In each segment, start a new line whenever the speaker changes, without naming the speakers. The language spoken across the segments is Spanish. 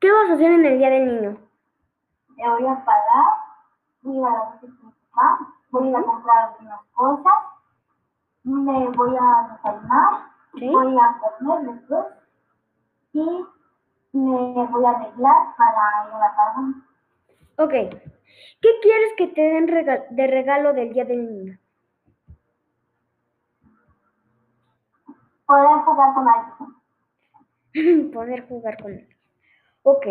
¿Qué vas a hacer en el Día del Niño?
Le voy a pagar, voy a ir a la casa de mi mamá, voy a ir a comprar algunas cosas, me voy a desayunar,
Sí.
voy a comer después y me voy a arreglar para ir a la tarde.
Ok. ¿Qué quieres que te den rega- de regalo del Día del Niño?
Poder jugar con alguien.
Poder jugar con él. Ok.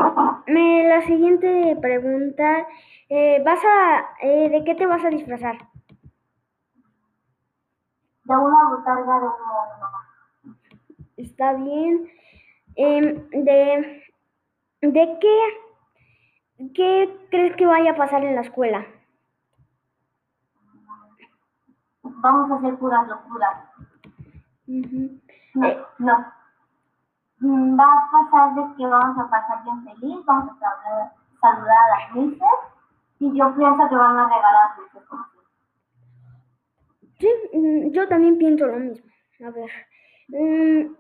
Me- la siguiente pregunta. eh, ¿vas a, eh, ¿De qué te vas a disfrazar?
De una botarga de un horno.
Está bien. Em, ¿De, de qué, qué crees que vaya a pasar en la escuela?
Vamos a hacer puras locuras.
Ujú.
No,
Eh.
no. Mm, Va a pasar de que vamos a pasar bien feliz, vamos a sal- saludar a las dulces y yo pienso que van a regalar dulces como siempre.
Sí, mm, yo también pienso lo mismo. A ver. mm,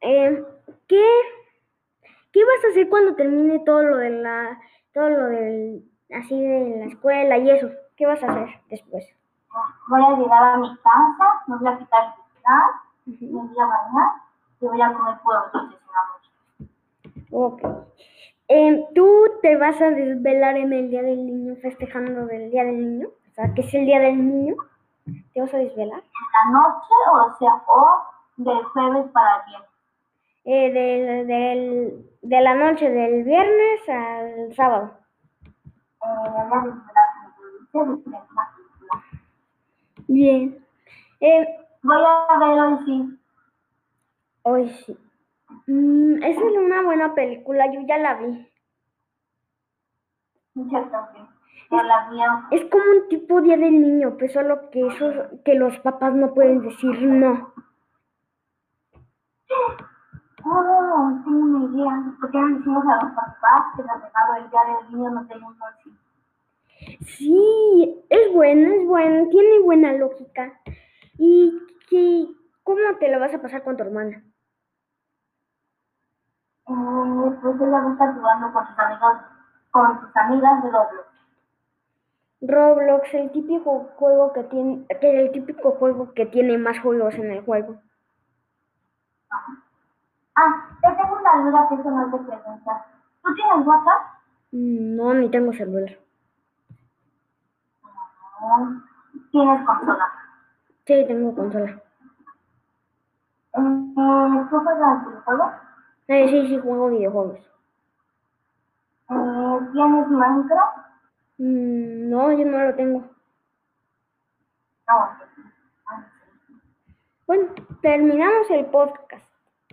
em, ¿qué, ¿Qué vas a hacer cuando termine todo lo de la, todo lo del, así de la escuela y eso? ¿Qué vas a hacer después?
Voy a llegar a mi casa, me voy a quitar el disfraz, me
Ujú.
voy a bañar y voy a comer puros dulces en la noche.
Ok. Em, ¿Tú te vas a desvelar en el Día del Niño, festejando el Día del Niño? O sea, que es el Día del Niño. ¿Te vas a desvelar?
En la noche, o sea, o del jueves para el viernes.
Eh, del- del- de la noche del viernes al sábado.
Eh, voy a disfrutar con dulces, disfrutar con la película.
Bien. Em,
Voy a ver hoy sí.
Hoy sí. Mm, esa es una buena película, yo ya la vi.
Cierto que no la vi aún.
Es como un tipo día del niño, pero solo que esos, que los papás no pueden decir no.
Oh, tengo una idea. ¿Por qué no le decimos a los papás que les regalo el día del niño no tengo un bolsillo?
Sí, es buena, es buena, tiene buena lógica. ¿Y qué- cómo te la vas a pasar con tu hermana?
Eh, pues ella va a estar jugando con sus amigos, con sus amigas de doble.
Roblox, el típico juego que tiene, que el típico juego que tiene más juegos en el juego.
Ah, yo tengo una duda que eso no te pregunta. ¿Tú tienes WhatsApp?
Mm, No, ni tengo celular.
No. ¿Tienes consola?
Sí, tengo consola.
Eh, ¿Tú juegas videojuegos?
Eh, sí, sí, juego videojuegos.
Eh, ¿Tienes Minecraft?
Mm, No, yo no lo tengo.
No. Ah, sí.
Bueno, terminamos el podcast.